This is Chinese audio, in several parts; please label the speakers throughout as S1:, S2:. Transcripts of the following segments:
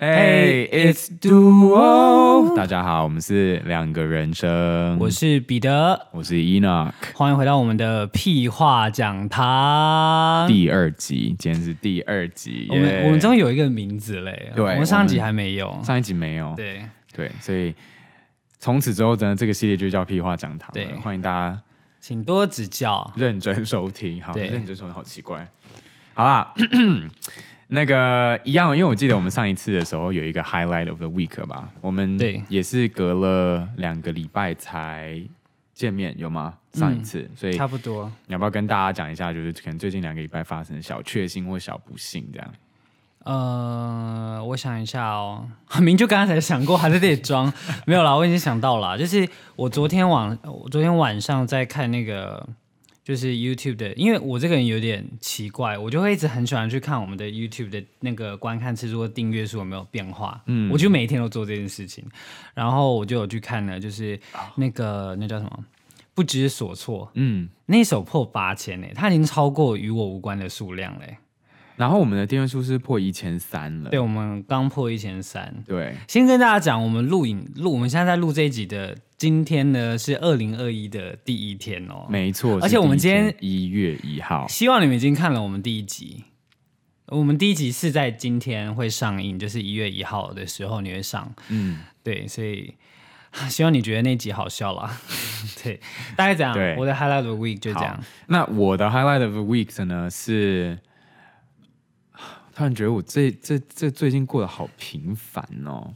S1: Hey, it's duo。大家好，我们是两个人生，
S2: 我是彼得，
S1: 我是 Enoch。
S2: 欢迎回到我们的屁话讲堂。
S1: 第二集，今天是第二集。
S2: 我们我们终
S1: 于
S2: 于有一个名字嘞，
S1: 对
S2: 我们上集还没有。
S1: 上一集没有，对
S2: 对，
S1: 所以从此之后，真的这个系列就叫屁话讲堂
S2: 对
S1: 了。欢迎大家
S2: 请多指教。
S1: 认真收听，好，
S2: 对
S1: 认真收听，好奇怪。好啦， 那个一样，因为我记得我们上一次的时候有一个 highlight of the week 吧，我们
S2: 对
S1: 也是隔了两个礼拜才见面，有吗？上一次，所以
S2: 差不多，
S1: 你要不要跟大家讲一下，就是可能最近两个礼拜发生的小确幸或小不幸这样？
S2: 呃，我想一下哦， 明就刚才想过，还在这里装，没有啦，我已经想到了，就是我昨天晚，我昨天晚上在看那个。就是 YouTube 的，因为我这个人有点奇怪，我就会一直很喜欢去看我们的 YouTube 的那个观看次数和订阅数有没有变化。嗯，我就每一天都做这件事情，然后我就有去看了，就是那个那叫什么不知所措
S1: 嗯，
S2: 那一首破八千呢，它已经超过与我无关的数量嘞。
S1: 然后我们的订阅数是破一千三了，
S2: 对，我们刚破一千三。
S1: 对
S2: 先跟大家讲，我们录影录，我们现在在录这一集的今天呢是二零二一的第一天哦。
S1: 没错。
S2: 而且我们今天
S1: 一月一号，
S2: 希望你们已经看了我们第一集。我们第一集是在今天会上映，就是一月一号的时候你会上。
S1: 嗯，
S2: 对，所以 啊希望你觉得那集好笑啦。 对，大概这样
S1: 对。
S2: 我的 highlight of the week 就这样。
S1: 那我的 highlight of the week 呢是， 突然觉得我这这这最近过得好平凡哦。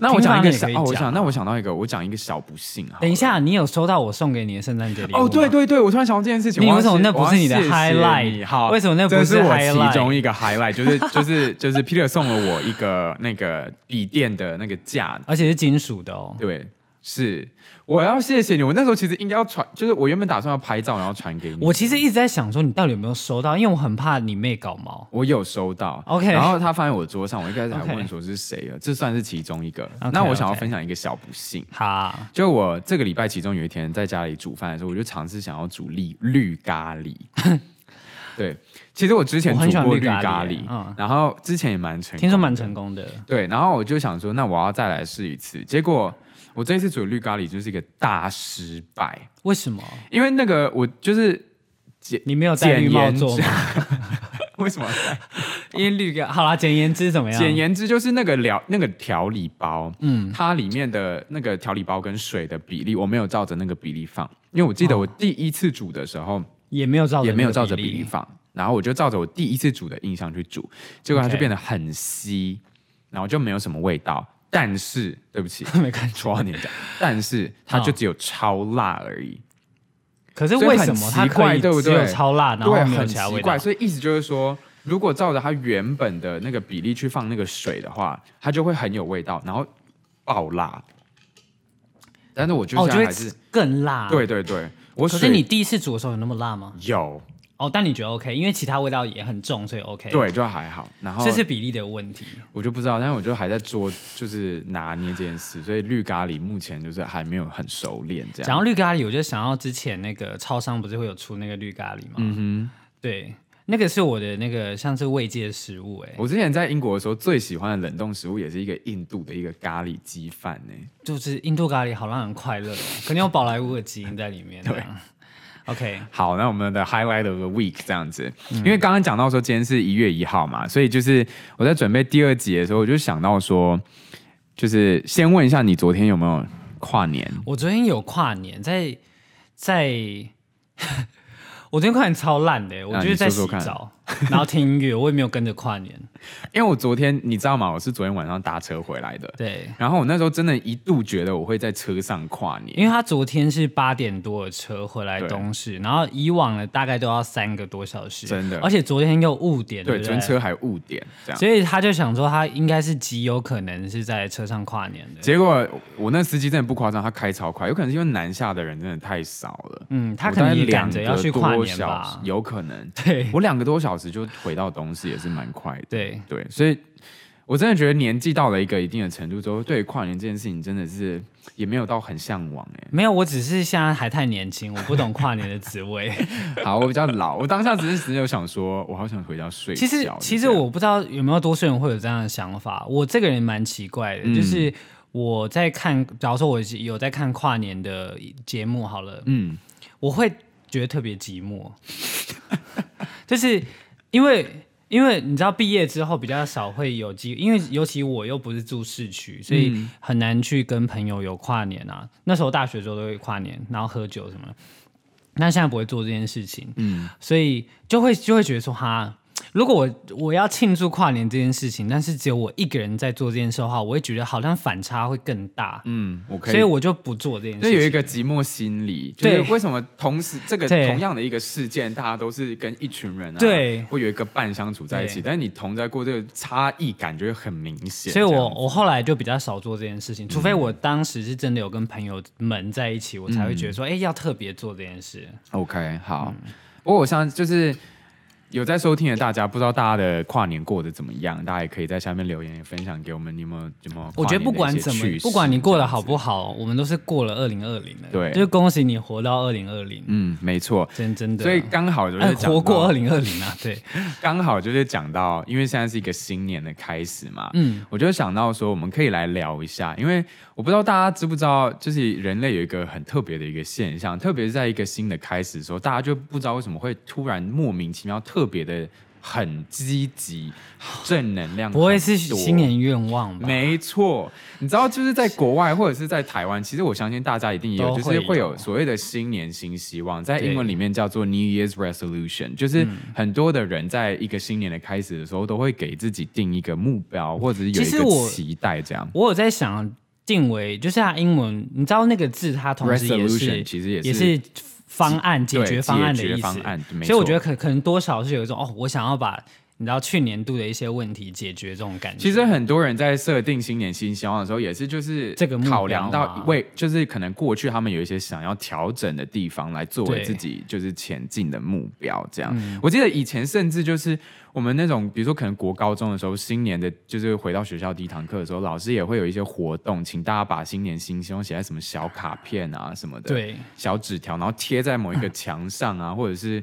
S1: 那我讲一个小
S2: 平凡也可以
S1: 哦，我
S2: 讲
S1: 想
S2: 啊
S1: 那我想到一个，我讲一个小不幸哈。
S2: 等一，下，你有收到我送给你的圣诞节礼物吗？
S1: 哦，对对对，我突然想到这件事情。
S2: 你
S1: 我要
S2: 为什么
S1: 谢
S2: 那不是你的
S1: 我要谢谢
S2: highlight？
S1: 你好，
S2: 为什么那不
S1: 这
S2: 是
S1: 是我
S2: highlight？
S1: 其中一个 highlight？就是就是就是 Peter 送了我一个那个笔电的那个架，
S2: 而且是金属的哦。
S1: 对，是我要谢谢你。我那时候其实应该要传，就是我原本打算要拍照然后传给你。
S2: 我其实一直在想说，你到底有没有收到？因为我很怕你妹搞毛。
S1: 我有收到
S2: OK
S1: 然后他放在我桌上，我一开始还
S2: OK
S1: 问说是谁了这算是其中一个。
S2: OK，
S1: 那我想要
S2: OK
S1: 分享一个小不幸，
S2: 哈，
S1: 就我这个礼拜其中有一天在家里煮饭的时候，我就尝试想要煮绿绿咖喱。 对，其实我之前
S2: 我很喜
S1: 煮
S2: 欢
S1: 过
S2: 绿咖
S1: 咖
S2: 喱
S1: 喱，
S2: 嗯
S1: 然后之前也蛮成功，
S2: 听说蛮成。功的。
S1: 对，然后我就想说，那我要再来试一次。结果我这一次煮的绿咖喱就是一个大失败，
S2: 为什么？
S1: 因为那个我就是
S2: 你没有戴绿
S1: 简
S2: 帽
S1: 言
S2: 做
S1: 之
S2: 吗？
S1: 为什么？
S2: 因为绿咖好啦，简言之怎么样？
S1: 简言之，就是那个料那个调理包，
S2: 嗯，
S1: 它里面的那个调理包跟水的比例，我没有照着那个比例放，因为我记得我第一次煮的时候、
S2: 也没有哦照着
S1: 也没有
S2: 那个
S1: 照着比
S2: 比
S1: 例放，然后我就照着我第一次煮的印象去煮，结果它就
S2: OK
S1: 变得很稀然后就没有什么味道。但是对不起，
S2: 没嗯看
S1: 戳到你的脚，但是它就只有超辣而已。
S2: 可是为什么
S1: 所以
S2: 它
S1: 很奇
S2: 可
S1: 怪
S2: 以
S1: 对不
S2: 只
S1: 对
S2: 有超辣，然后
S1: 对，
S2: 没有
S1: 很
S2: 其他
S1: 奇
S2: 味道
S1: 怪。？所以意思就是说，如果照着它原本的那个比例去放那个水的话，它就会很有味道，然后爆辣。但是我就现
S2: 哦，就
S1: 在
S2: 会
S1: 还是、
S2: 更辣。。
S1: 对对对，我
S2: 可是
S1: 水
S2: 你第一次煮的时候有那么辣吗？
S1: 有
S2: 哦，但你觉得 OK，因为其他味道也很重，所以 OK。，
S1: 对哦就还好，然后
S2: 这是比例的问题。
S1: 我就不知道，但是我就还在做就是拿捏这件事，所以绿咖喱目前就是还没有很熟练这
S2: 讲
S1: 样。
S2: 到绿咖喱，我就想到之前那个超商不是会有出那个绿咖喱吗？
S1: 嗯
S2: 对，那个是我的那个像是慰藉食物、欸，
S1: 哼，我之前在英国的时候最喜欢的冷冻食物也是一个印度的一个咖喱鸡饭呢、
S2: 就是印度咖喱好让人快乐、哦，肯定有宝莱坞的基因在里面。对，OK，
S1: 好，那我们的 highlight of the week 这样子，因为刚刚讲到说今天是一月一号嘛，所以就是我在准备第二集的时候，我就想到说，就是先问一下你昨天有没有跨年？
S2: 我昨天有跨年，在在， 我昨天跨年超烂的、欸，我
S1: 啊
S2: 就是在
S1: 你说说
S2: 洗
S1: 看
S2: 澡，然后听音乐，我也没有跟着跨年。
S1: 因为我昨天你知道吗？我是昨天晚上搭车回来的，
S2: 对，
S1: 然后我那时候真的一度觉得我会在车上跨年，
S2: 因为他昨天是八点多的车回来
S1: 对
S2: 东市，然后以往呢大概都要三个多小时，
S1: 真的
S2: 而且昨天又误点，对
S1: 对，
S2: 不
S1: 全
S2: 对？
S1: 车还误点这样。
S2: 所以他就想说，他应该是极有可能是在车上跨年的。
S1: 结果我那司机真的不夸张，他开超快，有可能是因为南下的人真的太少了，
S2: 嗯，他
S1: 我
S2: 可
S1: 大
S2: 能
S1: 概
S2: 也赶着
S1: 两
S2: 要
S1: 个
S2: 去跨
S1: 多
S2: 年
S1: 小
S2: 吧
S1: 时。有可能。
S2: 对
S1: 我两个多小时就回到东市，也是蛮快的。
S2: 对，
S1: 对，所以我真的觉得年纪到了一个一定的程度之后，对于跨年这件事情真的是也没有到很向往哎、
S2: 没有，我只是现在还太年轻，我不懂跨年的滋味。
S1: 欸好，我比较老，我当下只是只有想说，我好想回家睡觉。
S2: 其实，其实
S1: 这样
S2: 我不知道有没有多数人会有这样的想法。我这个人蛮奇怪的，
S1: 嗯
S2: 就是我在看，假如说我有在看跨年的节目好了，
S1: 嗯
S2: 我会觉得特别寂寞， 就是因为因为你知道毕业之后比较少会有机，因为尤其我又不是住市区，所以很难去跟朋友有跨年啊。那时候大学的时候都会跨年，然后喝酒什么的，那现在不会做这件事情，
S1: 嗯，
S2: 所以就会就会觉得说哈。如果我我要庆祝跨年这件事情，但是只有我一个人在做这件事的话，我会觉得好像反差会更大，
S1: 嗯，我可以
S2: 所以我就不做这件事
S1: 就
S2: 情。
S1: 有一个寂寞心理，就是
S2: 对
S1: 为什么同时这个
S2: 对
S1: 同样的一个事件，大家都是跟一群人啊，
S2: 对
S1: 会有一个伴相处在一起，
S2: 对
S1: 但是你同在过这个差异感觉很明显。
S2: 所以
S1: 这
S2: 我
S1: 样嗯
S2: 我后来就比较少做这件事情，除非我当时是真的有跟朋友们在一起，我才会觉得
S1: 嗯
S2: 说，哎、要特别做这件事。
S1: OK 好，
S2: 嗯
S1: 不过我相信就是。有在收听的大家，不知道大家的跨年过得怎么样？大家也可以在下面留言分享给我们，你有没有有没有？
S2: 我觉得不管怎么，不管你过得好不好，我们都是过了二零二零的，
S1: 对
S2: 就是恭喜你活到二零二零，
S1: 嗯，没错。
S2: 真真的，
S1: 所以嗯刚好就是
S2: 哎
S1: 讲
S2: 活过
S1: 到
S2: 二零二零啊，对，
S1: 刚好就是讲到，因为现在是一个新年的开始嘛，
S2: 嗯，
S1: 我就想到说，我们可以来聊一下，因为我不知道大家知不知道，就是人类有一个很特别的一个现象，特别是在一个新的开始的时候，大家就不知道为什么会突然莫名其妙特别的很积极、正能量很多，
S2: 不会是新年愿望吧？
S1: 没错，你知道，就是在国外或者是在台湾，其实我相信大家一定也有，
S2: 都
S1: 就
S2: 会
S1: 是
S2: 有
S1: 会有所谓的新年新希望，在
S2: 对嗯
S1: 英文里面叫做 New Year's Resolution，就是很多的人在一个新年的开始的时候，都会给自己定一个目标，或者是有一
S2: 其实我
S1: 个期待这样。
S2: 我有在想定为，就是它英文，你知道那个字，它同时也
S1: Resolution
S2: 是
S1: 其实也
S2: 也
S1: 是
S2: 是方案、解
S1: 对
S2: 决方案的
S1: 解
S2: 意
S1: 决
S2: 思。
S1: 方案，没
S2: 所以我觉
S1: 错
S2: 得可可能多少是有一种哦，我想要把你知道去年度的一些问题解决这种感觉。
S1: 其实很多人在设定新年新希望的时候，也是就是
S2: 这个目标啊
S1: 考量到
S2: 嘛
S1: 为，就是可能过去他们有一些想要调整的地方，来作为
S2: 对
S1: 自己就是前进的目标。这样，
S2: 嗯
S1: 我记得以前甚至就是我们那种，比如说可能国高中的时候，新年的就是回到学校第一堂课的时候，老师也会有一些活动，请大家把新年新希望写在什么小卡片啊什么的，，
S2: 对，
S1: 小纸条，然后贴在某一个墙上啊，或者是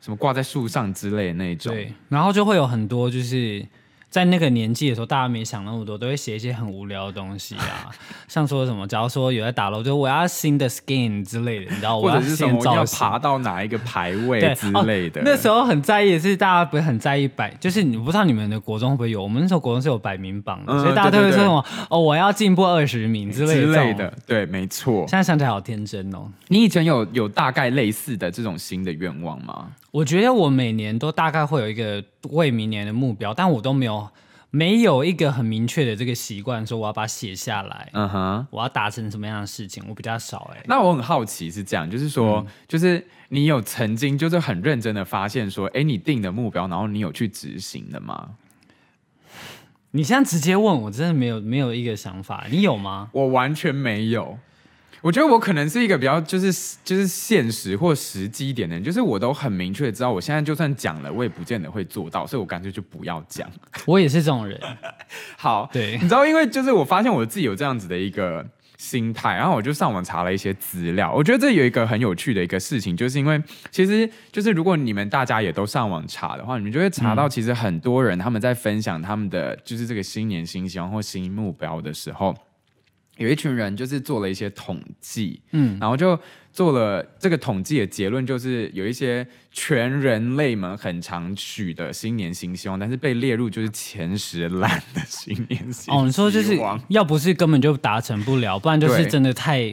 S1: 什么挂在树上之类的那一种。
S2: 对，然后就会有很多就是。在那个年纪的时候，大家没想那么多，都会写一些很无聊的东西 啊，像说什么，假如说有在打楼，就我要新的 skin 之类的，你知道，
S1: 或
S2: 我
S1: 者
S2: 要
S1: 是什么
S2: 新
S1: 我一定要
S2: 造型。
S1: 爬到哪一个排位
S2: 对
S1: 之类的。
S2: 哦。那时候很在意的是，大家不是很在意百，就是你不知道你们的国中会不会有，我们那时候国中是有百名榜的，
S1: 嗯
S2: 所以大家都
S1: 对
S2: 会
S1: 对
S2: 说
S1: 对
S2: 什么哦，我要进步二十名之类
S1: 之
S2: 的
S1: 类
S2: 这种
S1: 的。，对，没错
S2: 现。在想起来好天真哦。
S1: 你以前有有大概类似的这种新的愿望吗？
S2: 我觉得我每年都大概会有一个为明年的目标，但我都没有没有一个很明确的这个习惯，说我要把它写下来，
S1: 嗯哼。
S2: 我要达成什么样的事情，我比较少哎、
S1: 那我很好奇是这样，就是说，就是你有曾经就是很认真的发现说，哎，你定的目标，然后你有去执行的吗？
S2: 你现在直接问我，真的没有没有一个想法，你有吗？
S1: 我完全没有。我觉得我可能是一个比较就是就是现实或实际一点的人，就是我都很明确地知道，我现在就算讲了，我也不见得会做到，所以我干脆就不要讲。
S2: 我也是这种人，
S1: 好，
S2: 对
S1: 你知道，因为就是我发现我自己有这样子的一个心态，然后我就上网查了一些资料。我觉得这有一个很有趣的一个事情，就是因为其实就是如果你们大家也都上网查的话，你们就会查到，其实很多人他们在分享他们的就是这个新年新希望或新目标的时候。有一群人就是做了一些统计，嗯，然后就做了这个统计的结论，就是有一些全人类们很常许的新年新希望，但是被列入就是前十烂的新年新希望。
S2: 哦，你说就是要不是根本就达成不了，不然就是
S1: 对
S2: 真的太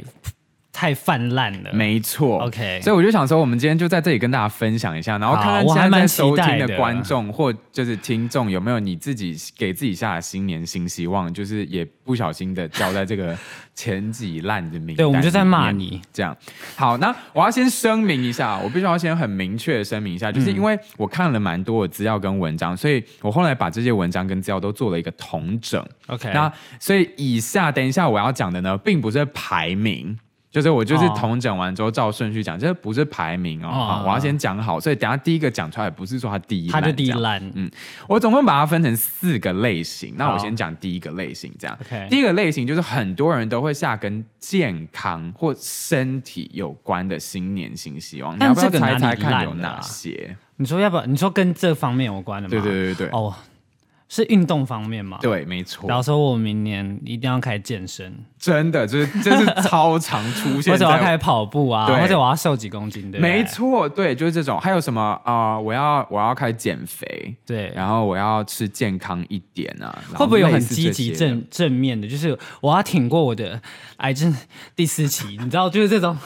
S2: 太泛滥了。
S1: 没错
S2: OK
S1: 所以我就想说，我们今天就在这里跟大家分享一下，然后看看
S2: 好我
S1: 现在
S2: 还
S1: 在
S2: 蛮
S1: 收
S2: 期待
S1: 听
S2: 的
S1: 的观众或就是听众有没有你自己给自己下的新年新希望，就是也不小心的交在这 个前几烂的名单。
S2: 对我们就在骂你。
S1: 这样，好，那我要先声明一下，我必须要先很明确的声明一下，
S2: 嗯
S1: 就是因为我看了蛮多的资料跟文章，所以我后来把这些文章跟资料都做了一个统整。
S2: OK，
S1: 那所以以下等一下我要讲的呢，并不是排名，就是我就是
S2: 哦
S1: 同整完之后照顺序讲，这不是排名哦，
S2: 哦
S1: 好我要先讲好，所以等一下第一个讲出来不是说他第一，
S2: 他就第一
S1: 这样
S2: 烂，
S1: 我总共把它分成四个类型，那
S2: 好
S1: 我先讲第一个类型，这样。
S2: OK
S1: 第一个类型就是很多人都会下跟健康或身体有关的新年新希望，你
S2: 但
S1: 要不要
S2: 这个哪
S1: 猜猜
S2: 里
S1: 看
S2: 烂
S1: 有
S2: 了啊
S1: 哪些？
S2: 你说要不要？你说跟这方面有关的吗？
S1: 对对对对对，
S2: 哦，是运动方面吗？。
S1: 对，没
S2: 然
S1: 错，
S2: 后说我明年一定要开始健身，
S1: 真的就是这是超常出
S2: 或
S1: 现
S2: 者我要开
S1: 在。
S2: 始跑步啊，
S1: 对
S2: 或者我要瘦几公斤，对不对
S1: 没，错，对，就是这种。还有什么啊、呃我要我要开始减肥，
S2: 对。
S1: 然后我要吃健康一点啊。然后
S2: 会不会有很
S1: 类似
S2: 积
S1: 这
S2: 极
S1: 些的
S2: 正正面的？就是我要挺过我的癌症第四期，你知道，就是这种。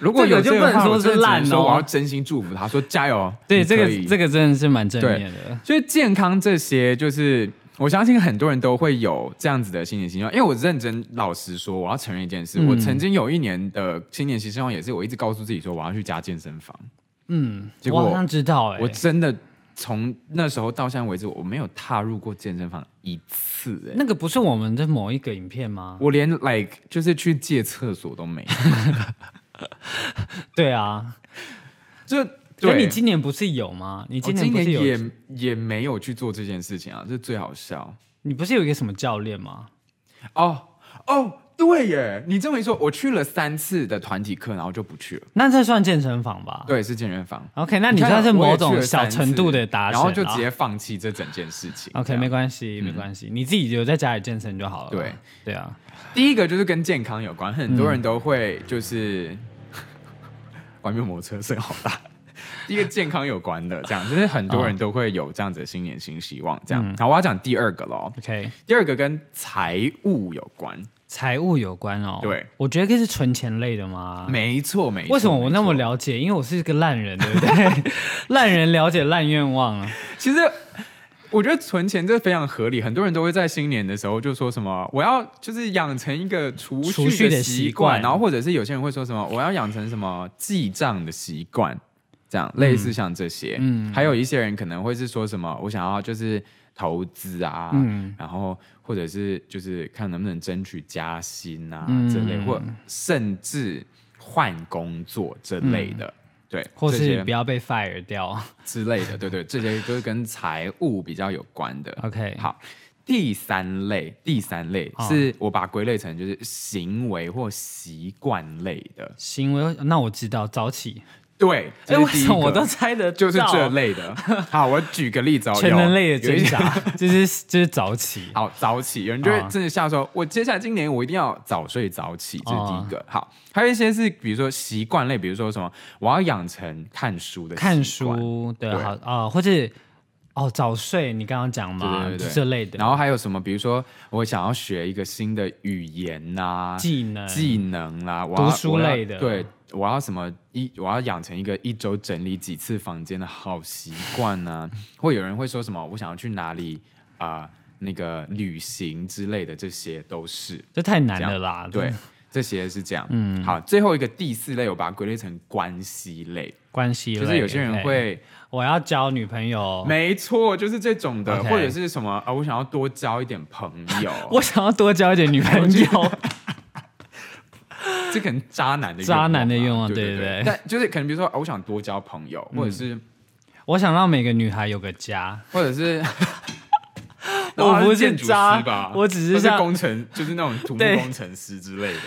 S1: 如果有
S2: 这个就不能
S1: 话
S2: 说
S1: 我真的
S2: 是
S1: 只能
S2: 烂哦
S1: 说我要真心祝福他，说加油。
S2: 对，
S1: 你
S2: 这
S1: 可
S2: 个
S1: 以
S2: 这个真的是蛮正
S1: 对
S2: 面的。
S1: 就是健康这些，就是我相信很多人都会有这样子的新年新希望。因为我认真老实说，我要承认一件事，
S2: 嗯
S1: 我曾经有一年的新年新希望也是，我一直告诉自己说我要去加健身房，
S2: 嗯，
S1: 结
S2: 我
S1: 果
S2: 好像知道哎、
S1: 我真的。从那时候到现在为止，我没有踏入过健身房一次、欸，
S2: 那个不是我们的某一个影片吗？
S1: 我连 like 就是去借厕所都 没有，
S2: 对啊，
S1: 就
S2: 可
S1: 对
S2: 你今年不是有吗？你
S1: 我
S2: 今
S1: 今
S2: 年不是有？
S1: 也也没有去做这件事情啊，这最好笑。
S2: 你不是有一个什么教练吗？
S1: 哦哦，对耶，你这么一说，我去了三次的团体课，然后就不去了。
S2: 那这算健身房吧？
S1: 对，是健身房。
S2: OK，那你
S1: 看啊
S2: 算是
S1: 我也
S2: 某
S1: 去
S2: 种
S1: 了
S2: 小
S1: 三
S2: 程
S1: 次
S2: 度的达成
S1: 然
S2: 啊，
S1: 后就直接放弃这整件事情。这
S2: OK，
S1: 样嗯
S2: 没关系，没关系，你自己有在家里健身就好了。
S1: 对，
S2: 对啊，
S1: 第一个就是跟健康有关，很多人都会就是，
S2: 嗯
S1: 外面摩托车声好大。 第一个健康有关的，这样就是很多人都会有这样子的新年新希望，这样。
S2: 嗯
S1: 好，我要讲第二个喽。
S2: OK，
S1: 第二个跟财务有关，
S2: 哎财务有关哦。
S1: 对，
S2: 我觉得可以是存钱类的吗？
S1: 没错没错。
S2: 为什么我那么
S1: 没错
S2: 了解？因为我是一个烂人，对不 对？烂人了解烂愿望啊。
S1: 其实我觉得存钱这非常合理，很多人都会在新年的时候就说什么我要就是养成一个储
S2: 储蓄
S1: 蓄
S2: 的
S1: 的
S2: 习
S1: 习
S2: 惯
S1: 惯，然后或者是有些人会说什么我要养成什么记账的习惯，这样类似像这些，嗯，还有一些人可能会是说什么我想要就是投资啊，
S2: 嗯
S1: 然后或者是就是看能不能争取加薪啊
S2: 嗯
S1: 之类，或甚至换工作之类的。对，
S2: 嗯或
S1: 这
S2: 是
S1: 些
S2: 不要被 fire 掉。
S1: 之类的，对对，这些都是跟财务比较有关的。
S2: OK，
S1: 好，第三类，第三类、
S2: 哦
S1: 是我把它归类成就是行为或习惯类的，
S2: 行为那我知道早起。
S1: 对，
S2: 哎，
S1: 这
S2: 为
S1: 是第一
S2: 什
S1: 个
S2: 么我都猜得到
S1: 就是这类的。 好，我举个例子、哦，
S2: 全
S1: 有
S2: 人类的
S1: 有一
S2: 挣
S1: 些
S2: 扎， 就是就是早起。
S1: 好早起，有人就会
S2: 啊
S1: 真的下说，我接下来今年我一定要早睡早起，这
S2: 啊
S1: 是第一个。好，还有一些是比如说习惯类，比如说什么，我要养成看书的习惯
S2: 看书对
S1: 对
S2: 好啊、或者哦早睡，你刚刚讲嘛，
S1: 对对对对
S2: 这类的，
S1: 然后还有什么？比如说，我想要学一个新的语言呐、
S2: 技能
S1: 技能啦、我要
S2: 读书
S1: 我要
S2: 类的
S1: 对，我要什么一，我要养成一个一周整理几次房间的好习惯呐、 或有人会说什么，我想要去哪里啊、那个旅行之类的，这些都是
S2: 这太难了啦。
S1: 对，，这些是这样。嗯，好，最后一个第四类，我把它归类成关系类，
S2: 关系类
S1: 就是有些人，
S2: 对
S1: 会。
S2: 我要交女朋友，
S1: 没错，就是这种的
S2: OK
S1: 或者是什么啊、我想要多交一点朋友，
S2: 我想要多交一点女朋友，
S1: 这可能渣男的愿望
S2: 渣男的愿望
S1: 嘛对
S2: 对对嗯对
S1: 但就是可能比如说，啊我想多交朋友，或者是、
S2: 我想让每个女孩有个家。。
S1: 或者是
S2: 我
S1: 然后他
S2: 不是
S1: 建筑师
S2: 渣
S1: 吧，
S2: 我只是
S1: 或
S2: 像
S1: 工程，就是那种土木
S2: 对
S1: 工程师之类的，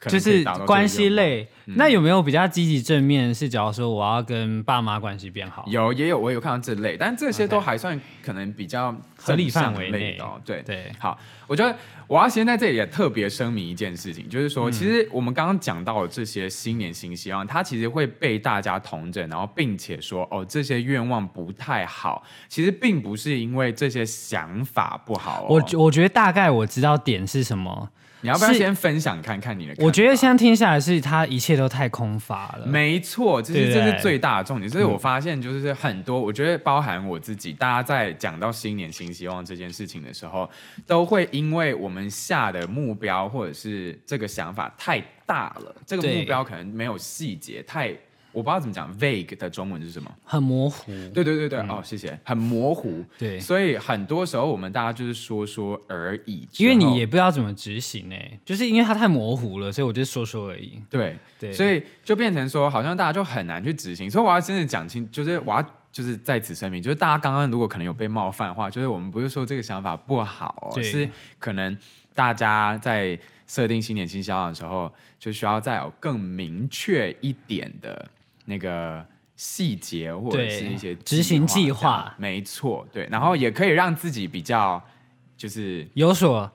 S1: 可能可
S2: 就
S1: 以
S2: 是
S1: 达到这个
S2: 关系
S1: 愿望。嗯
S2: 类，那有没有比较积极正面？是假如说我要跟爸妈关系变好，
S1: 有也有，我有看到这类，但这些
S2: OK
S1: 都还算可能比较
S2: 合理
S1: 正向
S2: 范围
S1: 类
S2: 内
S1: 的、哦。对
S2: 对
S1: 好，我觉得我要先在这里也特别声明一件事情，就是
S2: 嗯
S1: 说，其实我们刚刚讲到的这些新年新希望，它其实会被大家同整，然后并且说哦，这些愿望不太好，其实并不是因为这些想法不好、哦。
S2: 我觉我觉得大概我知道点是什么。
S1: 你要不要
S2: 是
S1: 先分享看看你的看法？
S2: 我觉得现在听下来是他一切都太空乏了。
S1: 没错，这
S2: 对
S1: 是
S2: 不
S1: 这
S2: 对嗯
S1: 是最大的重点。所以我发现，就是很多，我觉得包含我自己，大家在讲到新年新希望这件事情的时候，都会因为我们下的目标或者是这个想法太大了，这个
S2: 对
S1: 目标可能没有细节，太我不知道怎么讲，vague 的中文是什么？
S2: 很模糊。
S1: 对对对对，哦，谢谢，很模糊。
S2: 嗯对
S1: 所以很多时候我们大家就是说说而已之后，
S2: 因为你也不知道怎么执行诶、就是因为它太模糊了，所以我就说说而已。
S1: 对
S2: 对
S1: 所以就变成说，好像大家就很难去执行。所以我要真的讲清，就是我要就是在此声明，就是大家刚刚如果可能有被冒犯的话，就是我们不是说这个想法不好、哦，
S2: 对
S1: 是可能大家在设定新年新希望的时候，就需要再有更明确一点的那个。细节或者
S2: 对
S1: 是一些
S2: 执行计
S1: 这样
S2: 划
S1: 没错，对，然后也可以让自己比较就是
S2: 有所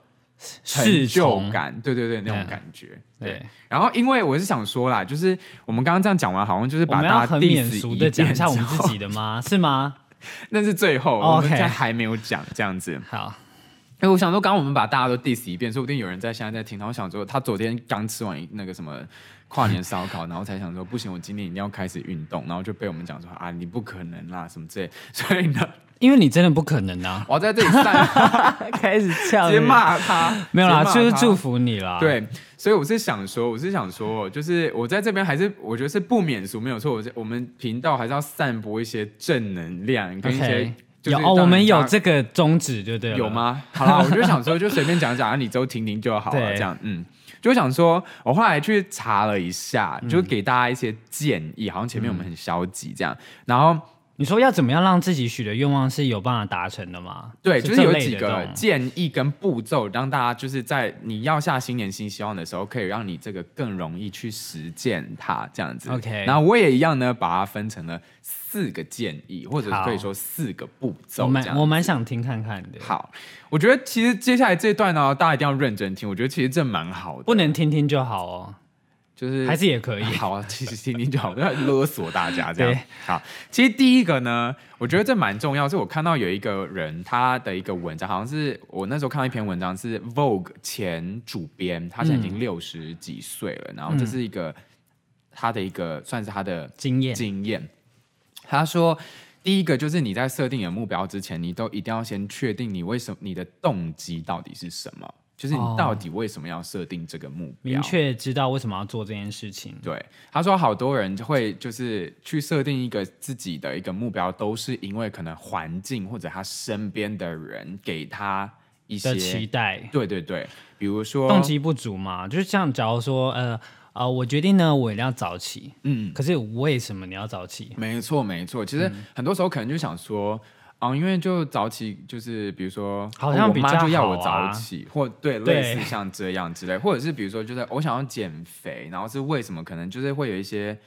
S1: 成
S2: 是
S1: 就
S2: 从，
S1: 感，对对对，那种
S2: 嗯
S1: 感觉，
S2: 对，
S1: 然后，因为我是想说啦，就是我们刚刚这样讲完，好像就是
S2: 我
S1: 把
S2: 们要
S1: 大家
S2: 很
S1: diss
S2: 免俗的讲一下我们自己
S1: 的，
S2: 的吗？是吗？
S1: 那是最后，
S2: 哦
S1: 我 们
S2: OK
S1: 现在还没有讲这样子。
S2: 好，
S1: 因为哎我想说，刚刚我们把大家都 diss 一遍，说不定有人在现在在听。然后我想说，他昨天刚吃完那个什么跨年烧烤，然后才想说，不行，我今天一定要开始运动。然后就被我们讲说啊，你不可能啦，什么之类。所以呢，
S2: 因为你真的不可能啊！
S1: 我要在这里散，
S2: 开始呛
S1: 直接骂他，
S2: 没 有啦，
S1: 直接
S2: 就
S1: 骂
S2: 是
S1: 他
S2: 祝福你啦。，
S1: 对，所以我是想说，我是想说，就是我在这边还是我觉得是不免俗，没有错。我是我们频道还是要散播一些正能量跟一些
S2: OK
S1: 就是
S2: 有哦，
S1: 让
S2: 我们
S1: 人家
S2: 有这个宗旨，对不对了？
S1: 有吗？好啦，我就想说，就随便讲 讲，啊你都听听就好了，
S2: 对
S1: 这样嗯。就想说，我后来去查了一下，
S2: 嗯
S1: 就给大家一些建议，好像前面我们很消极这样，然后
S2: 你说要怎么样让自己许的愿望是有办法达成的吗？
S1: 对，就是有
S2: 这类的
S1: 几
S2: 这
S1: 个
S2: 种
S1: 建议跟步骤，让大家就是在你要下新年新希望的时候，可以让你这个更容易去实践它，这样子。
S2: OK
S1: 然后我也一样呢，把它分成了四个建议，或者
S2: 好
S1: 可以说四个步骤。
S2: 我
S1: 这
S2: 蛮
S1: 样
S2: 我蛮想听看看的。
S1: 好，我觉得其实接下来这段呢，大家一定要认真听。我觉得其实这蛮好的，
S2: 不能听听就好哦，
S1: 就是
S2: 还是 也可以。
S1: 好啊，其实听听就好，不 要勒索大家这样
S2: 对。
S1: 好，其实第一个呢，我觉得这蛮重要，是我看到有一个人他的一个文章，好像是我那时候看到一篇文章，是 Vogue 前主编，他现在已
S2: 嗯
S1: 经六十几岁了，然后这是一个他的一个算是他的
S2: 经验
S1: 经验。他说，第一个就是你在设定你的目标之前，你都一定要先确定你为什么你的动机到底是什么，就是你
S2: 哦
S1: 到底为什么要设定这个目标，
S2: 明确知道为什么要做这件事情。
S1: 对，他说好多人会就是去设定一个自己的一个目标，都是因为可能环境或者他身边的人给他一
S2: 的期
S1: 些，
S2: 待，
S1: 对对对，比如说
S2: 动，机不足嘛，就是像假如说，呃呃，我决定呢，我一定要早起，
S1: 嗯，
S2: 可是为什么你要早起？
S1: 没错没错，其实
S2: 嗯
S1: 很多时候可能就想说。啊、因为就早起，就是比如说，
S2: 好
S1: 哦
S2: 像
S1: 我
S2: 比
S1: 妈
S2: 较
S1: 就要
S2: 好
S1: 我早
S2: 啊
S1: 起，或对
S2: 对
S1: 类似像这样之类，或者是比如说，就是哦我想要减肥，然后是为什么？可能就是会有一些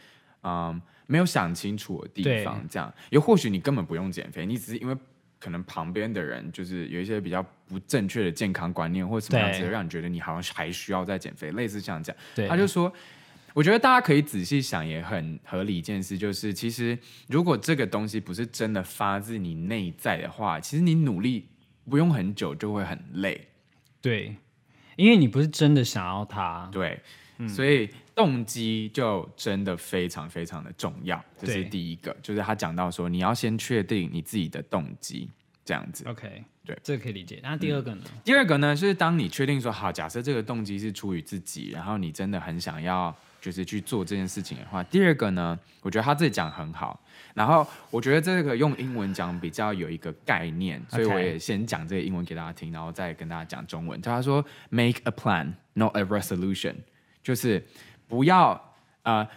S1: 嗯没有想清楚的地
S2: 对
S1: 方，这样也或许你根本不用减肥，你只是因为可能旁边的人就是有一些比较不正确的健康观念或什么样子的，
S2: 对
S1: 让你觉得你好像还需要再减肥，类似像这样。
S2: 对，
S1: 他就说，我觉得大家可以仔细想，也很合理一件事，就是其实如果这个东西不是真的发自你内在的话，其实你努力不用很久就会很累，
S2: 对，因为你不是真的想要它，
S1: 对，
S2: 嗯
S1: 所以动机就真的非常非常的重要，这是
S2: 对
S1: 第一个，就是他讲到说你要先确定你自己的动机。这样子，
S2: OK，
S1: 对嗯
S2: 这个可以理解。那第二个呢？
S1: 第二个呢，就是当你确定说好，假设这个动机是出于自己，然后你真的很想要就是去做这件事情的话，第二个呢，我觉得他这里讲很好，然后我觉得这个用英文讲比较有一个概念，所以
S2: OK
S1: 我也先讲这个英文给大家听，然后再跟大家讲中文。就他说 make a plan, not a resolution，就是不要呃。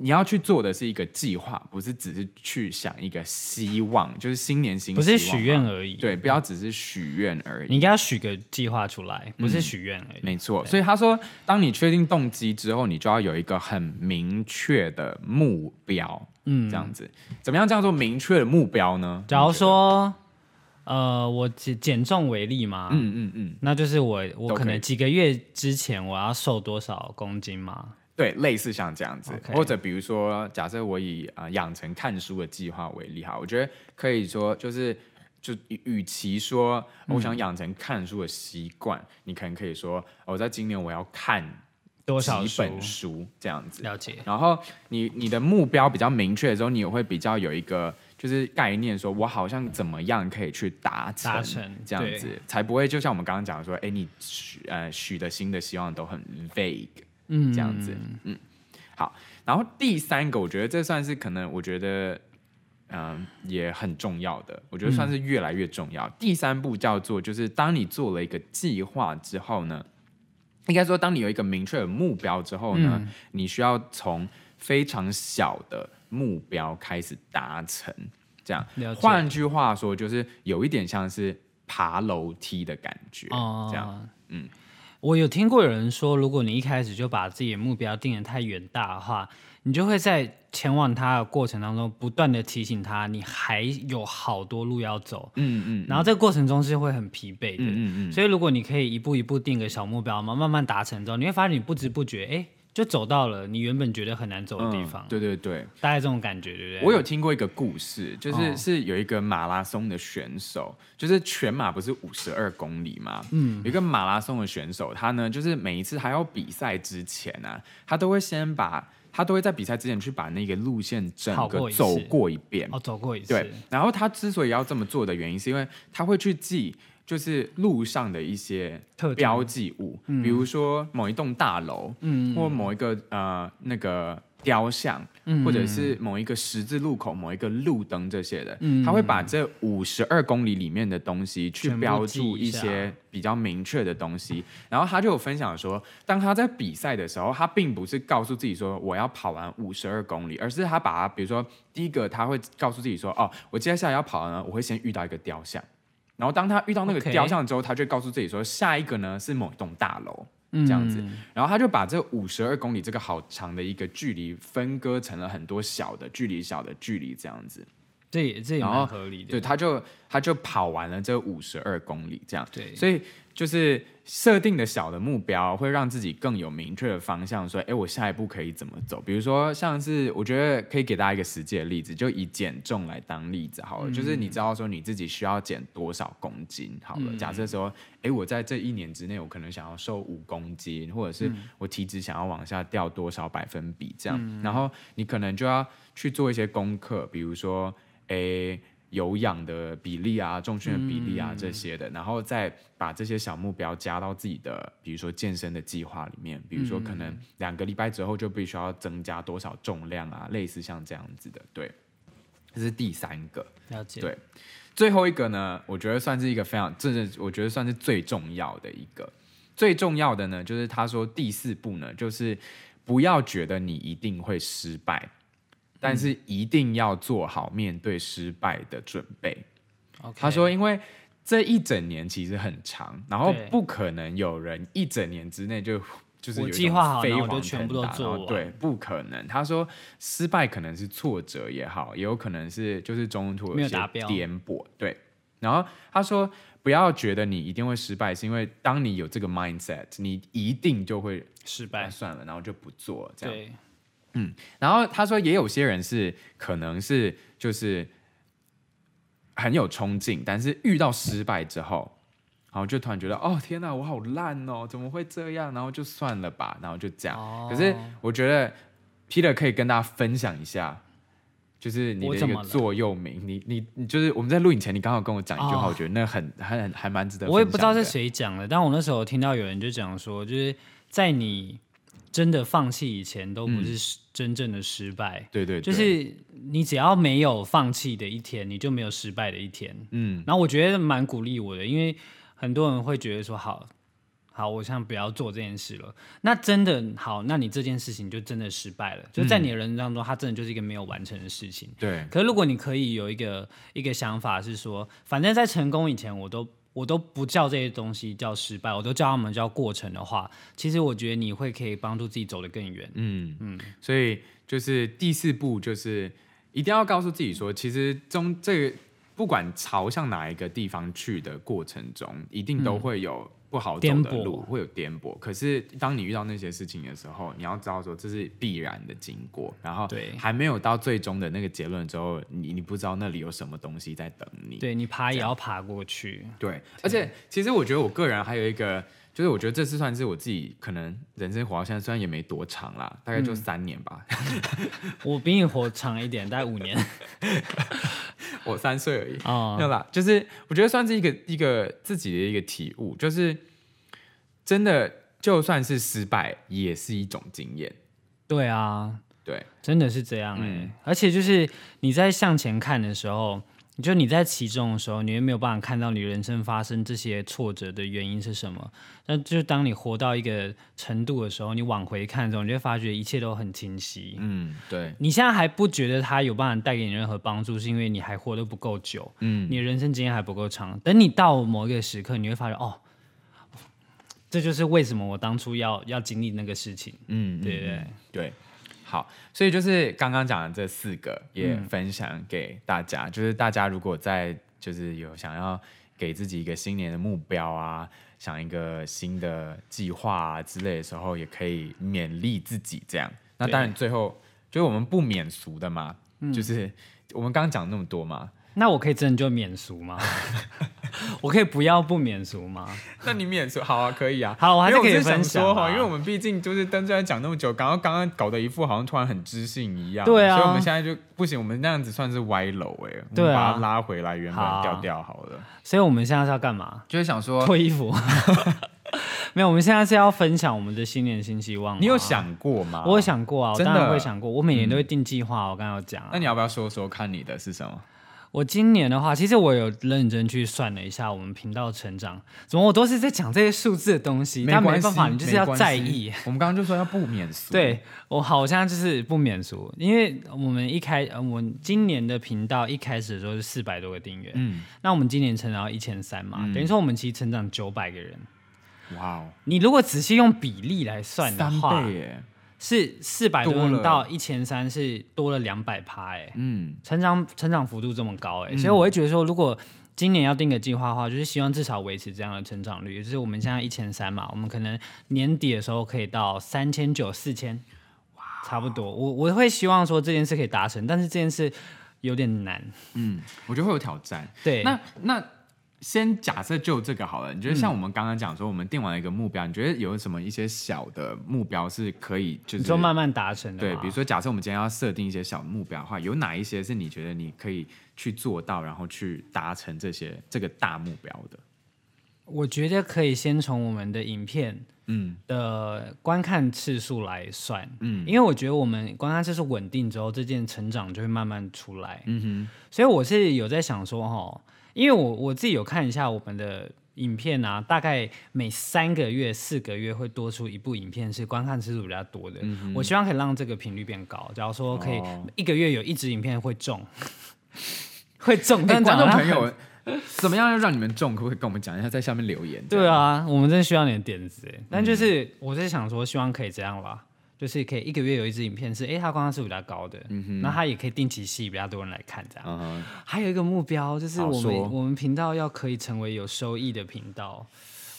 S1: 你要去做的是一个计划，不是只是去想一个希望，就是新年新
S2: 不是
S1: 希望
S2: 许
S1: 嘛
S2: 愿而已，
S1: 对，不要只是许愿而已
S2: 你。应该要许个计划出来，不
S1: 嗯
S2: 是许愿而已。
S1: 没错，所以他说，当你确定动机之后，你就要有一个很明确的目标，嗯，这样子，怎么样叫做明确的目标呢？
S2: 假如说，呃，我减减重为例嘛，
S1: 嗯，嗯嗯嗯，
S2: 那就是我我
S1: 都
S2: 可
S1: 可以
S2: 能几个月之前我要瘦多少公斤嘛？
S1: 对，类似像这样子
S2: OK
S1: 或者比如说，假设我以啊、呃养成看书的计划为例哈，我觉得可以说就是。就与与其说哦我想
S2: 嗯
S1: 养成看书的习惯，你可能可以说，哦我在今年我要看
S2: 多少
S1: 几
S2: 书
S1: 本书这样子。
S2: 了解，
S1: 然后你你的目标比较明确的时候，你也会比较有一个就是概念说我好像怎么样可以去达成，
S2: 达成
S1: 这样
S2: 对
S1: 子，才不会就像我们刚刚讲的说，哎，你许呃许的新的希望都很 vague，嗯，这样子，嗯。好，然后第三个，我觉得这算是可能，我觉得嗯、也很重要的，我觉得算是越来越重要。第三步叫做，就是当你做了一个计划之后呢，应该说当你有一个明确的目标之后呢，
S2: 嗯
S1: 你需要从非常小的目标开始达成。这样
S2: 了，解
S1: 换句话说，就是有一点像是爬楼梯的感觉，这样。
S2: 嗯，我有听过有人说，如果你一开始就把自己的目标定得太远大的话，你就会在前往它的过程当中不断的提醒他，你还有好多路要走。
S1: 嗯嗯
S2: 然后这个过程中是会很疲惫的，
S1: 嗯嗯嗯
S2: 所以如果你可以一步一步定个小目标嘛，慢慢达成之后，你会发现你不知不觉，哎，就走到了你原本觉得很难走的地方，
S1: 嗯对对对，
S2: 大概这种感觉，对不对？
S1: 我有听过一个故事，就是
S2: 哦
S1: 是有一个马拉松的选手，就是全马不是五十二公里嘛，嗯，有一个马拉松的选手，他呢就是每一次还要比赛之前啊，他都会先把他都会在比赛之前去把那个路线整
S2: 跑
S1: 个
S2: 过一次
S1: 走过一遍，
S2: 哦，走过一次，
S1: 对，然后他之所以要这么做的原因，是因为他会去记，就是路上的一些
S2: 特征
S1: 标记物，比如说某一栋大楼，嗯，或某一个呃那个雕像，或者是某一个十字路口、某一个路灯这些的，他会把这五十二公里里面的东西去
S2: 全部
S1: 标
S2: 记
S1: 注
S2: 一
S1: 一
S2: 下
S1: 些比较明确的东西。然后他就有分享说，当他在比赛的时候，他并不是告诉自己说我要跑完五十二公里，而是他把它，比如说第一个他会告诉自己说，哦，我接下来要跑呢，我会先遇到一个雕像。然后当他遇到那个
S2: OK
S1: 雕像之后他就告诉自己说，下一个呢是某一栋大楼。
S2: 嗯
S1: 这样子，然后他就把这五十二公里这个好长的一个距离分割成了很多小的距离、小的距离这样子。
S2: 这也这也
S1: 然后
S2: 蛮合理的，
S1: 对，他就他就跑完了这五十二公里，这样。
S2: 对
S1: 所以就是设定的小的目标，会让自己更有明确的方向，说，哎，我下一步可以怎么走？比如说，像是我觉得可以给大家一个实际的例子，就以减重来当例子好了，就是你知道说你自己需要减多少公斤好了，假设说，哎，我在这一年之内，我可能想要瘦五公斤，或者是我体脂想要往下掉多少百分比这样，然后你可能就要去做一些功课，比如说，哎诶有氧的比例啊、重训的比例啊、这些的，然后再把这些小目标加到自己的，比如说健身的计划里面，比如说可能两个礼拜之后就必须要增加多少重量啊，类似像这样子的，对，这是第三个。
S2: 了解，
S1: 对最后一个呢，我觉得算是一个非常，这是我觉得算是最重要的一个。最重要的呢，就是他说第四步呢，就是不要觉得你一定会失败，但是一定要做好面对失败的准备。
S2: o k
S1: 他说，因为这一整年其实很长，然后
S2: 对
S1: 不可能有人一整年之内就就是
S2: 我
S1: 有一
S2: 计
S1: 种
S2: 划好
S1: 飞
S2: 然后
S1: 黄
S2: 我就全
S1: 腾
S2: 部都
S1: 达然
S2: 做
S1: 后
S2: 完
S1: 对，不可能。他说，失败可能是挫折也好，也有可能是就是中途有
S2: 没有
S1: 一些
S2: 达标
S1: 颠簸，对。然后他说，不要觉得你一定会失败，是因为当你有这个 mindset，你一定就会
S2: 失
S1: 啊
S2: 败，
S1: 算了，然后就不做了这样。
S2: 对，
S1: 然后他说，也有些人是可能是就是很有冲劲，但是遇到失败之后，然后就突然觉得哦天哪，我好烂哦，怎么会这样？然后就算了吧，然后就这样。
S2: 哦
S1: 可是我觉得 Peter 可以跟大家分享一下，就是你
S2: 我
S1: 的一
S2: 怎
S1: 个
S2: 么了
S1: 座右铭。你你你就是我们在录影前，你刚好跟我讲一句话，
S2: 哦
S1: 我觉得那很很还蛮值得分享的。
S2: 我也不知道是谁讲的，但我那时候听到有人就讲说，就是在你真的放弃以前，都不是
S1: 嗯
S2: 失真正的失败，
S1: 对，对对，
S2: 就是你只要没有放弃的一天，你就没有失败的一天。
S1: 嗯
S2: 然后我觉得蛮鼓励我的，因为很多人会觉得说，好好，我想不要做这件事了。那真的好，那你这件事情就真的失败了，就在你的人生当中，它真的就是一个没有完成的事情。
S1: 对，
S2: 可是如果你可以有一个一个想法是说，反正在成功以前，我都我都不叫这些东西叫失败，我都叫他们叫过程的话，其实我觉得你会可以帮助自己走得更远。
S1: 嗯嗯，所以就是第四步，就是一定要告诉自己说，其实中这个不管朝向哪一个地方去的过程中，一定都会有不好走
S2: 颠
S1: 的
S2: 簸
S1: 路，会有颠簸。可是当你遇到那些事情的时候，你要知道说这是必然的经过，然后
S2: 对
S1: 还没有到最终的那个结论之后，你你不知道那里有什么东西在等你。
S2: 对你爬也要爬过去，
S1: 对，而且其实我觉得我个人还有一个，就是我觉得这次算是我自己可能人生活到现在，虽然也没多长啦，大概
S2: 嗯
S1: 就三年吧，
S2: 我比你活长一点，大概五年
S1: 我三岁而已。
S2: 哦
S1: 没有啦，就是我觉得算是一个一个自己的一个体悟，就是真的就算是失败也是一种经验。
S2: 对啊，
S1: 对，
S2: 真的是这样哎、
S1: 嗯
S2: 而且就是你在向前看的时候，就你在其中的时候，你也没有办法看到你人生发生这些挫折的原因是什么。但就当你活到一个程度的时候，你往回看的时候，你就会发觉一切都很清晰。
S1: 嗯，对，
S2: 你现在还不觉得它有办法带给你任何帮助，是因为你还活得不够久，
S1: 嗯
S2: 你的人生经验还不够长。等你到某一个时刻，你会发现，哦，这就是为什么我当初要要经历那个事情，
S1: 嗯，
S2: 对不对？
S1: 对，好，所以就是刚刚讲的这四个也分享给大家，就是大家如果在就是有想要给自己一个新年的目标啊，想一个新的计划啊之类的时候，也可以勉励自己这样。那当然最后就是我们不免俗的嘛，就是我们刚刚讲那么多 嘛，
S2: 那我可以真的就免 俗吗？我可以不要不免俗吗？
S1: 那你免俗好啊，可以啊。
S2: 好哦我还是
S1: 因为
S2: 可以
S1: 想
S2: 分享
S1: 说
S2: 啊
S1: 哈，因为我们毕竟就是登出来讲那么久，刚刚刚刚搞得一副好像突然很知性一样。
S2: 对啊
S1: 所以我们现在就不行，我们那样子算是歪楼哎、我们
S2: 对啊
S1: 把它拉回来原本
S2: 好
S1: 的调调好了。
S2: 所以我们现在是要 干嘛？
S1: 就是想说，
S2: 脱衣服？ 没有，我们现在是要分享我们的新年新希望。
S1: 你有？想过吗？
S2: 我有。想过啊，我
S1: 真的
S2: 当然会想过。我每年都会定计划，我刚刚有讲啊
S1: 那。你要不要说说看你的是什么？
S2: 我今年的话，其实我有认真去算了一下我们频道成长，怎么我都是在讲这些数字的东西，但
S1: 关
S2: 没
S1: 系
S2: 办法，你就是要在意
S1: 没。关系我们刚刚就说要不免俗。
S2: 对我好，我现在就是不免俗，因为我们一开，呃我们今年的频道一开始的时候是四百多个订阅，
S1: 嗯，
S2: 那我们今年成长到一千三嘛，等于说我们其实成长九百个人。
S1: 哇哦，
S2: 你如果仔细用比例来算的
S1: 三
S2: 话
S1: 倍，耶，
S2: 是四百多
S1: 多
S2: 人
S1: 了
S2: 到一千三，是多了两百趴，哎、
S1: 嗯，
S2: 成长成长幅度这么高哎、所以我会觉得说，如果今年要定个计划的话，就是希望至少维持这样的成长率，也就是我们现在一千三嘛，我们可能年底的时候可以到三千九、四千，差不多。我我会希望说这件事可以达成，但是这件事有点难。
S1: 嗯我觉得会有挑战。
S2: 对，
S1: 那那先假设就这个好了，你觉得像我们刚刚讲说，我们定完一个目标，你觉得有什么一些小的目标是可以就
S2: 你
S1: 是
S2: 说慢慢达成的
S1: 对，
S2: 嘛
S1: 比如说假设我们今天要设定一些小目标的话，有哪一些是你觉得你可以去做到，然后去达成这些这个大目标的？
S2: 我觉得可以先从我们的影片
S1: 嗯
S2: 的观看次数来算，
S1: 嗯
S2: 因为我觉得我们观看次数稳定之后，这件成长就会慢慢出来。
S1: 嗯
S2: 所以我是有在想说哈，因为我我自己有看一下我们的影片啊，大概每三个月、四个月会多出一部影片，是观看次数比较多的。我希望可以让这个频率变高，假如说可以
S1: 嗯哦
S2: 一个月有一支影片会中， 会中，
S1: 哼，
S2: 但啊
S1: 但哎观众
S2: 长得
S1: 朋友。 怎么样让你们中？可不可以跟我们讲一下，在下面留言？
S2: 对，啊，我们真的需要你的点子哎。
S1: 嗯
S2: 但就是、我是想说，希望可以这样吧，就是可以一个月有一支影片是，哎、它观看数比较高的，那它也可以定期吸引比较多人来看这样。
S1: 嗯哼，
S2: 还有一个目标就是我
S1: 好说
S2: 们我们频道要可以成为有收益的频道。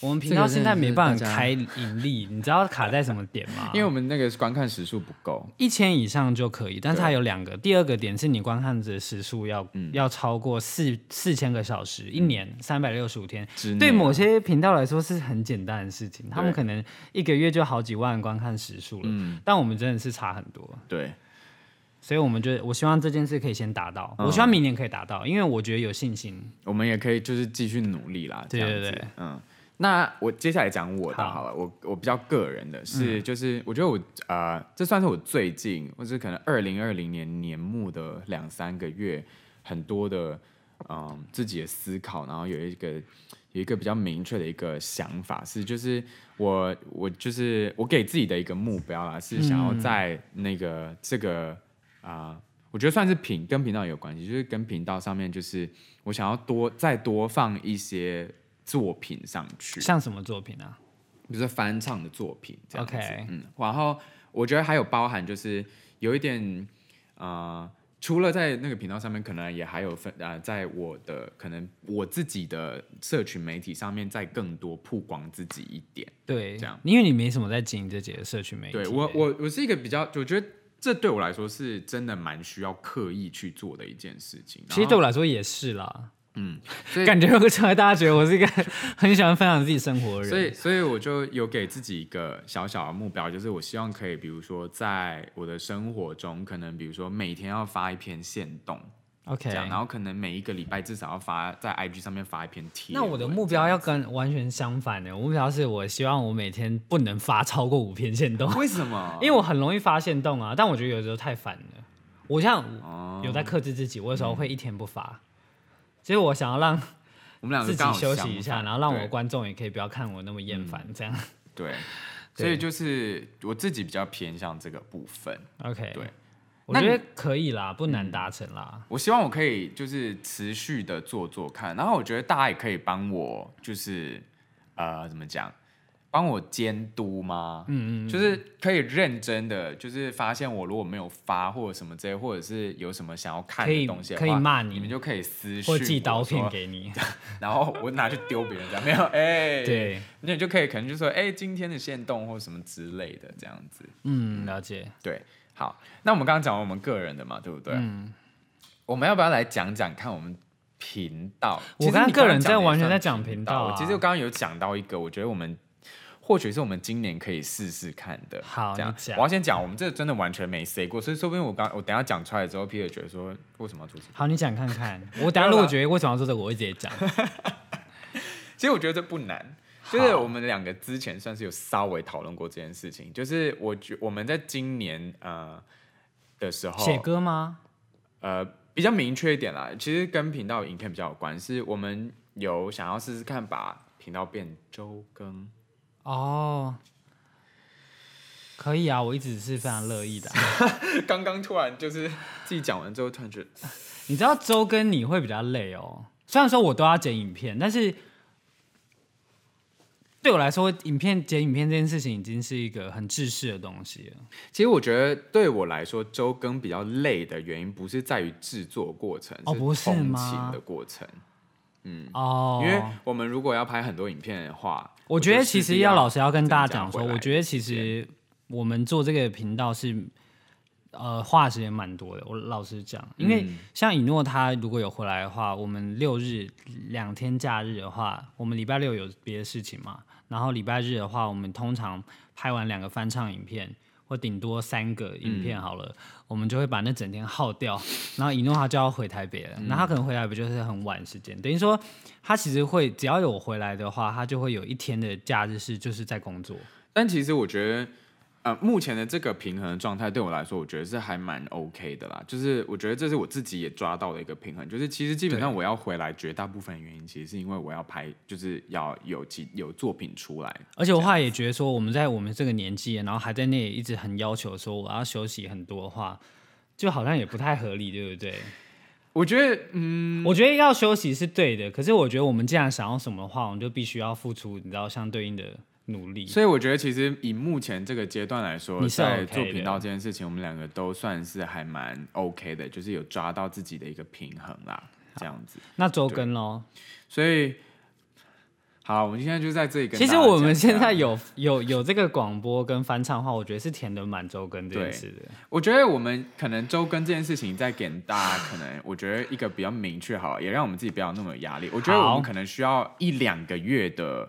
S2: 我们频
S1: 这
S2: 道
S1: 个
S2: 现
S1: 真
S2: 在
S1: 的
S2: 没
S1: 是
S2: 办
S1: 大
S2: 法
S1: 家
S2: 开盈利，你知道卡在什么点吗？
S1: 因为我们那个观看时数不够，
S2: 一千以上就可以，但是
S1: 对嗯
S2: 它有两个，第二个点是你观看的时数要、要超过四四千个小时，一年三百六十五天
S1: 之，内
S2: 对
S1: 啊
S2: 某些频道来说是很简单的事情，他们
S1: 对
S2: 可能一个月就好几万观看时数了，
S1: 嗯
S2: 但我们真的是差很多。
S1: 对，
S2: 所以我们就，我希望这件事可以先达到，
S1: 嗯
S2: 我希望明年可以达到，因为我觉得有信心。
S1: 我们也可以就是继续努力啦。
S2: 对
S1: 这样
S2: 对
S1: 子
S2: 对，
S1: 嗯。那我接下来讲我的
S2: 好嗯
S1: 好了，我我比较个人的是，就是我觉得我呃，这算是我最近，或是可能二零二零年年末的两三个月，很多的嗯、自己的思考，然后有一个有一个比较明确的一个想法是，就是我我就是我给自己的一个目标啦，是想
S2: 嗯
S1: 要在那个这个啊、我觉得算是频跟频道有关系，就是跟频道上面，就是我想要多再多放一些作品上去，
S2: 像什么作品啊？
S1: 比如说翻唱的作品这样子。
S2: OK
S1: 嗯，然后我觉得还有包含就是有一点呃，除了在那个频道上面，可能也还有分呃，在我的可能我自己的社群媒体上面再更多曝光自己一点。
S2: 对
S1: 这样，
S2: 因为你没什么在经营自己的社群媒体。
S1: 对我，我我是一个比较，我觉得这对我来说是真的蛮需要刻意去做的一件事情。
S2: 其实对我来说也是啦，
S1: 嗯所以
S2: 感觉有个出来，大家觉得我是一个很喜欢分享自己生活的人。
S1: 所以，所以我就有给自己一个小小的目标，就是我希望可以，比如说在我的生活中，可能比如说每天要发一篇线动，
S2: OK，
S1: 这样，然后可能每一个礼拜至少要发在 IG 上面发一篇贴
S2: 那
S1: 文。
S2: 我的目标要跟完全相反的，我目标是我希望我每天不能发超过五篇限动，
S1: 为什么？
S2: 因为我很容易发限动啊，但我觉得有时候太烦了。我像
S1: 哦
S2: 有在克制自己，我有
S1: 嗯
S2: 时候会一天不发，所以我想要让
S1: 我们两个
S2: 自己
S1: 刚好
S2: 休息
S1: 相
S2: 一下，
S1: 反
S2: 然后让我
S1: 对嗯
S2: 观众也可以不要看我那么厌烦，这样。
S1: 对，所以就是我自己比较偏向这个部分。
S2: OK，
S1: 对，
S2: 我
S1: 那嗯
S2: 觉得可以啦，不难达成啦。
S1: 我希望我可以就是持续的做做看，然后我觉得大家也可以帮我，就是呃怎么讲，帮我监督吗？嗯嗯就是可以认真的，就是发现我如果没有发或者什么之类，或者是有什么想要看
S2: 可以
S1: 的东西的
S2: 可以
S1: 话
S2: 骂你
S1: 你，们就可以私
S2: 或
S1: 信
S2: 寄刀片
S1: 我说，
S2: 给你，
S1: 然后我拿去丢别人家， 没有哎，
S2: 对，
S1: 那你就可以可能就说哎、今天的限动或什么之类的这样子，
S2: 嗯，了解。
S1: 对，好，那我们刚刚讲完我们个人的嘛，对不对？嗯，我们要不要来讲讲看我们频道？其
S2: 我
S1: 实
S2: 刚
S1: 你
S2: 刚个
S1: 刚
S2: 人
S1: 讲
S2: 在
S1: 的也
S2: 完全
S1: 算
S2: 在讲频道啊
S1: 我其实我刚刚有讲到一个，我觉得我们或许是我们今年可以试试看的。
S2: 好
S1: 这样
S2: 你讲
S1: 我要先讲，我们这真的完全没 say 过，所以说不定我刚我等一下讲出来之后，Peter 觉得说为什么要做这个？
S2: 好，你讲看 看。我等下如果觉得为什么要做这个，我会直接讲。
S1: 其实我觉得这不难，就是我们两个之前算是有稍微讨论过这件事情，就是我觉我们在今年呃的时候
S2: 写歌吗？
S1: 呃，比较明确一点啦，其实跟频道影片比较有关，是我们有想要试试看把频道变周更。
S2: 哦，可以啊，我一直是非常乐意的啊、
S1: 刚刚突然就是自己讲完之后，突然觉得
S2: 你知道周更你会比较累哦，虽然说我都要剪影片，但是对我来说，影片剪影片这件事情已经是一个很制式的东西了。
S1: 其实我觉得对我来说，周更比较累的原因不是在于制作过程，
S2: 哦不是
S1: 同
S2: 吗
S1: 勤的过程。
S2: 哦，
S1: 嗯因为我们如果要拍很多影片的话，
S2: 我觉得其实要老实要跟大家
S1: 增加
S2: 讲说，
S1: 回来
S2: 我觉得其实我们做这个频道是。呃，花的时间蛮多的。我老实讲，因为像以诺他如果有回来的话，我们六日两天假日的话，我们礼拜六有别的事情嘛，然后礼拜日的话，我们通常拍完两个翻唱影片，或顶多三个影片好了，我们就会把那整天耗掉。然后以诺他就要回台北了，那、他可能回台北就是很晚时间，等于说他其实会只要有回来的话，他就会有一天的假日是就是在工作。
S1: 但其实我觉得，呃，目前的这个平衡的状态对我来说，我觉得是还蛮 OK 的啦。就是我觉得这是我自己也抓到的一个平衡，就是其实基本上我要回来，绝大部分的原因其实是因为我要拍，就是要有其有作品出来。
S2: 而且我后来也觉得说，我们在我们这个年纪，然后还在那里一直很要求说我要休息很多的话，就好像也不太合理，对不对？
S1: 我觉得，嗯，
S2: 我觉得要休息是对的，可是我觉得我们既然想要什么的话，我们就必须要付出，你知道相对应的努力。
S1: 所以我觉得其实以目前这个阶段来说，
S2: 你是
S1: 在
S2: OK
S1: 做
S2: 的
S1: 频道这件事情，我们两个都算是还蛮 OK 的，就是有抓到自己的一个平衡啦，这样子。
S2: 那周更咯，
S1: 所以，好，我们现在就在这里跟
S2: 其实
S1: 大家
S2: 我们
S1: 讲
S2: 现
S1: 一下
S2: 在有有有这个广播跟翻唱的话，我觉得是填的满周更这件事的。
S1: 我觉得我们可能周更这件事情，再给大家可能，我觉得一个比较明确好了，也让我们自己不要那么有压力。我觉得
S2: 好
S1: 我们可能需要一两个月的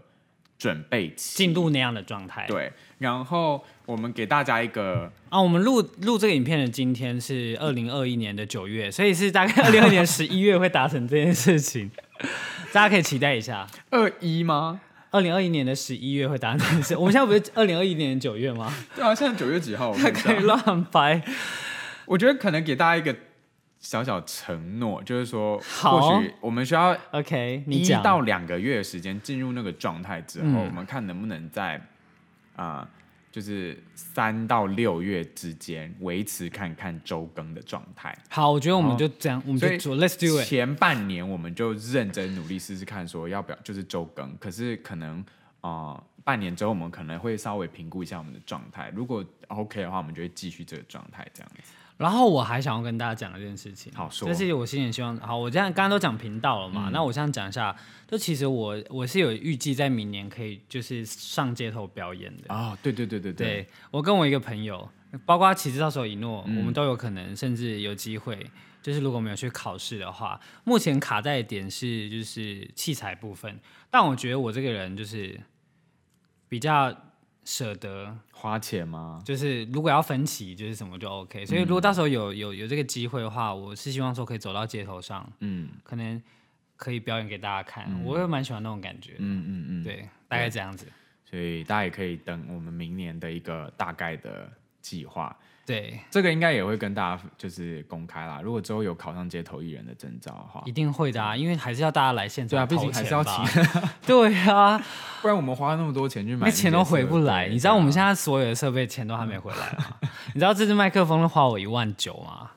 S1: 准备期，
S2: 进入那样的状态，
S1: 对，然后我们给大家一个，
S2: 啊，我们录录这个影片的今天是二零二一年的九月，所以是大概二 零二年十一月会达成这件事情， 大家可以期待一下。
S1: 呃二一吗？
S2: 二零二一年的十一月会达成这件事，我们现在不是二零二一年的九 月吗？
S1: 对啊，现在九月几号？我 看一
S2: 可以
S1: 下。
S2: 乱掰。
S1: 我觉得可能给大家一个小小承诺，就是说，
S2: 好
S1: 或许我们需要
S2: OK，你
S1: 一
S2: 讲。
S1: 到两个月的时间进入那个状态之后，
S2: 嗯
S1: 我们看能不能在啊、就是三到六月之间维持看看周更的状态。
S2: 好，我觉得我们就这样，我们
S1: 所以
S2: 就做，Let's do it。
S1: 前半年我们就认真努力试试看，说要不要就是周更。可是可能啊、呃半年之后我们可能会稍微评估一下我们的状态，如果 OK 的话，我们就会继续这个状态这样子。
S2: 然后我还想要跟大家讲一件事情，
S1: 好说嗯
S2: 这是我新年希望。好，我这样刚刚都讲频道了嘛，那我想讲一下，就其实我我是有预计在明年可以就是上街头表演的。
S1: 哦，对对对对
S2: 对我跟我一个朋友，包括其实到时候一诺，
S1: 嗯
S2: 我们都有可能，甚至有机会，就是如果没有去考试的话，目前卡在的点是就是器材部分，但我觉得我这个人就是比较舍得，
S1: 花钱吗？
S2: 就是如果要分期，就是什么就 OK。所以如果到时候有有有这个机会的话，我是希望说可以走到街头上，
S1: 嗯
S2: 可能可以表演给大家看，我也蛮喜欢那种感觉。
S1: 嗯嗯嗯，
S2: 对，大概这样子。
S1: 所以大家也可以等我们明年的一个大概的计划。
S2: 对，
S1: 这个应该也会跟大家就是公开啦。如果之后有考上街头艺人的证照的话
S2: 一，定会的啊，因为还是要大家来现
S1: 对啊，
S2: 场
S1: 毕
S2: 投
S1: 竟
S2: 钱吧。
S1: 还是要请，
S2: 对啊，
S1: 不然我们花那么多钱去买，
S2: 那钱都回不来。你知道我们
S1: 在
S2: 现在所有的设备钱都还没回来 吗？你知道这支麦克风都花我一万九吗？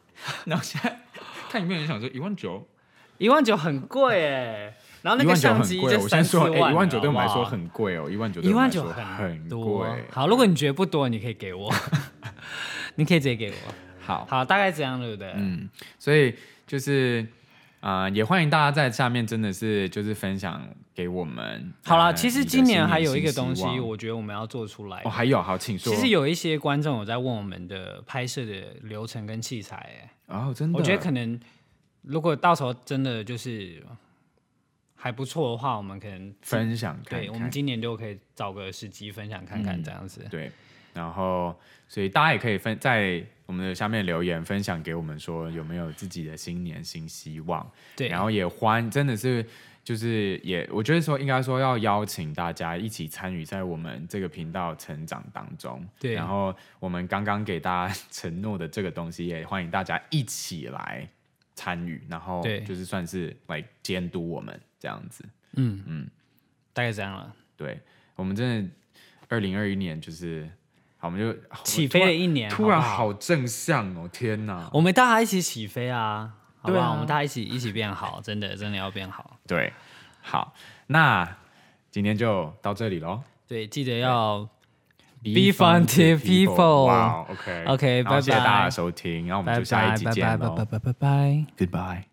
S1: 然后现在看影片，人想说一万九，
S2: 一万九很贵哎。然后那
S1: 一
S2: 个
S1: 万九
S2: 相
S1: 很
S2: 机
S1: 贵哦。
S2: 就
S1: 我先
S2: 三四
S1: 说，
S2: 万了，
S1: 哎，一万九对我们来
S2: 好不
S1: 说
S2: 好
S1: 很贵哦，一万九对
S2: 一
S1: 我们
S2: 万
S1: 来
S2: 九
S1: 说很
S2: 多
S1: 贵。。
S2: 好，如果你觉得不多，你可以给我， 你可以直接给我。
S1: 好，
S2: 好，大概这样对不对？
S1: 嗯，所以就是。啊、也欢迎大家在下面真的是就是分享给我们。
S2: 好啦，
S1: 呃
S2: 其实
S1: 你的
S2: 今年
S1: 新
S2: 还有一个
S1: 新
S2: 东西
S1: 希，望
S2: 我觉得我们要做出来
S1: 哦，。还有好，请说。
S2: 其实有一些观众有在问我们的拍摄的流程跟器材，哎，
S1: 哦，真的，
S2: 我觉得可能如果到时候真的就是还不错的话，我们可能
S1: 分享看看嗯
S2: 对，我们今年就可以找个时机分享看看这样子。
S1: 对，然后所以大家也可以分在我们的下面留言分享给我们说有没有自己的新年新希望，
S2: 对，
S1: 然后也欢真的是。就是也，我觉得说应该说要邀请大家一起参与在我们这个频道成长当中。
S2: 对
S1: 然后我们刚刚给大家 承诺的这个东西，也欢迎大家一起来参与，然后
S2: 对
S1: 就是算是来监督我们这样子。
S2: 嗯嗯，大概这样了，
S1: 对，我们真的二零二一年就是，好，我们就
S2: 起飞了一年，
S1: 突然
S2: 好不好
S1: 好正向哦，天哪！
S2: 我们大家一起起飞啊！好不
S1: 对啊
S2: 好？我们大家一起一起变好，真的真的要变好。
S1: 对，好，那今天就到这里喽。
S2: 对，记得要
S1: Be
S2: fun to people
S1: 哇，OK
S2: OK，
S1: 然后谢谢
S2: 拜拜
S1: 大家的收听，然后我们
S2: 拜
S1: 就下
S2: 拜
S1: 一集
S2: 拜拜
S1: 见
S2: 拜拜
S1: 喽
S2: 拜拜拜。
S1: ，Goodbye。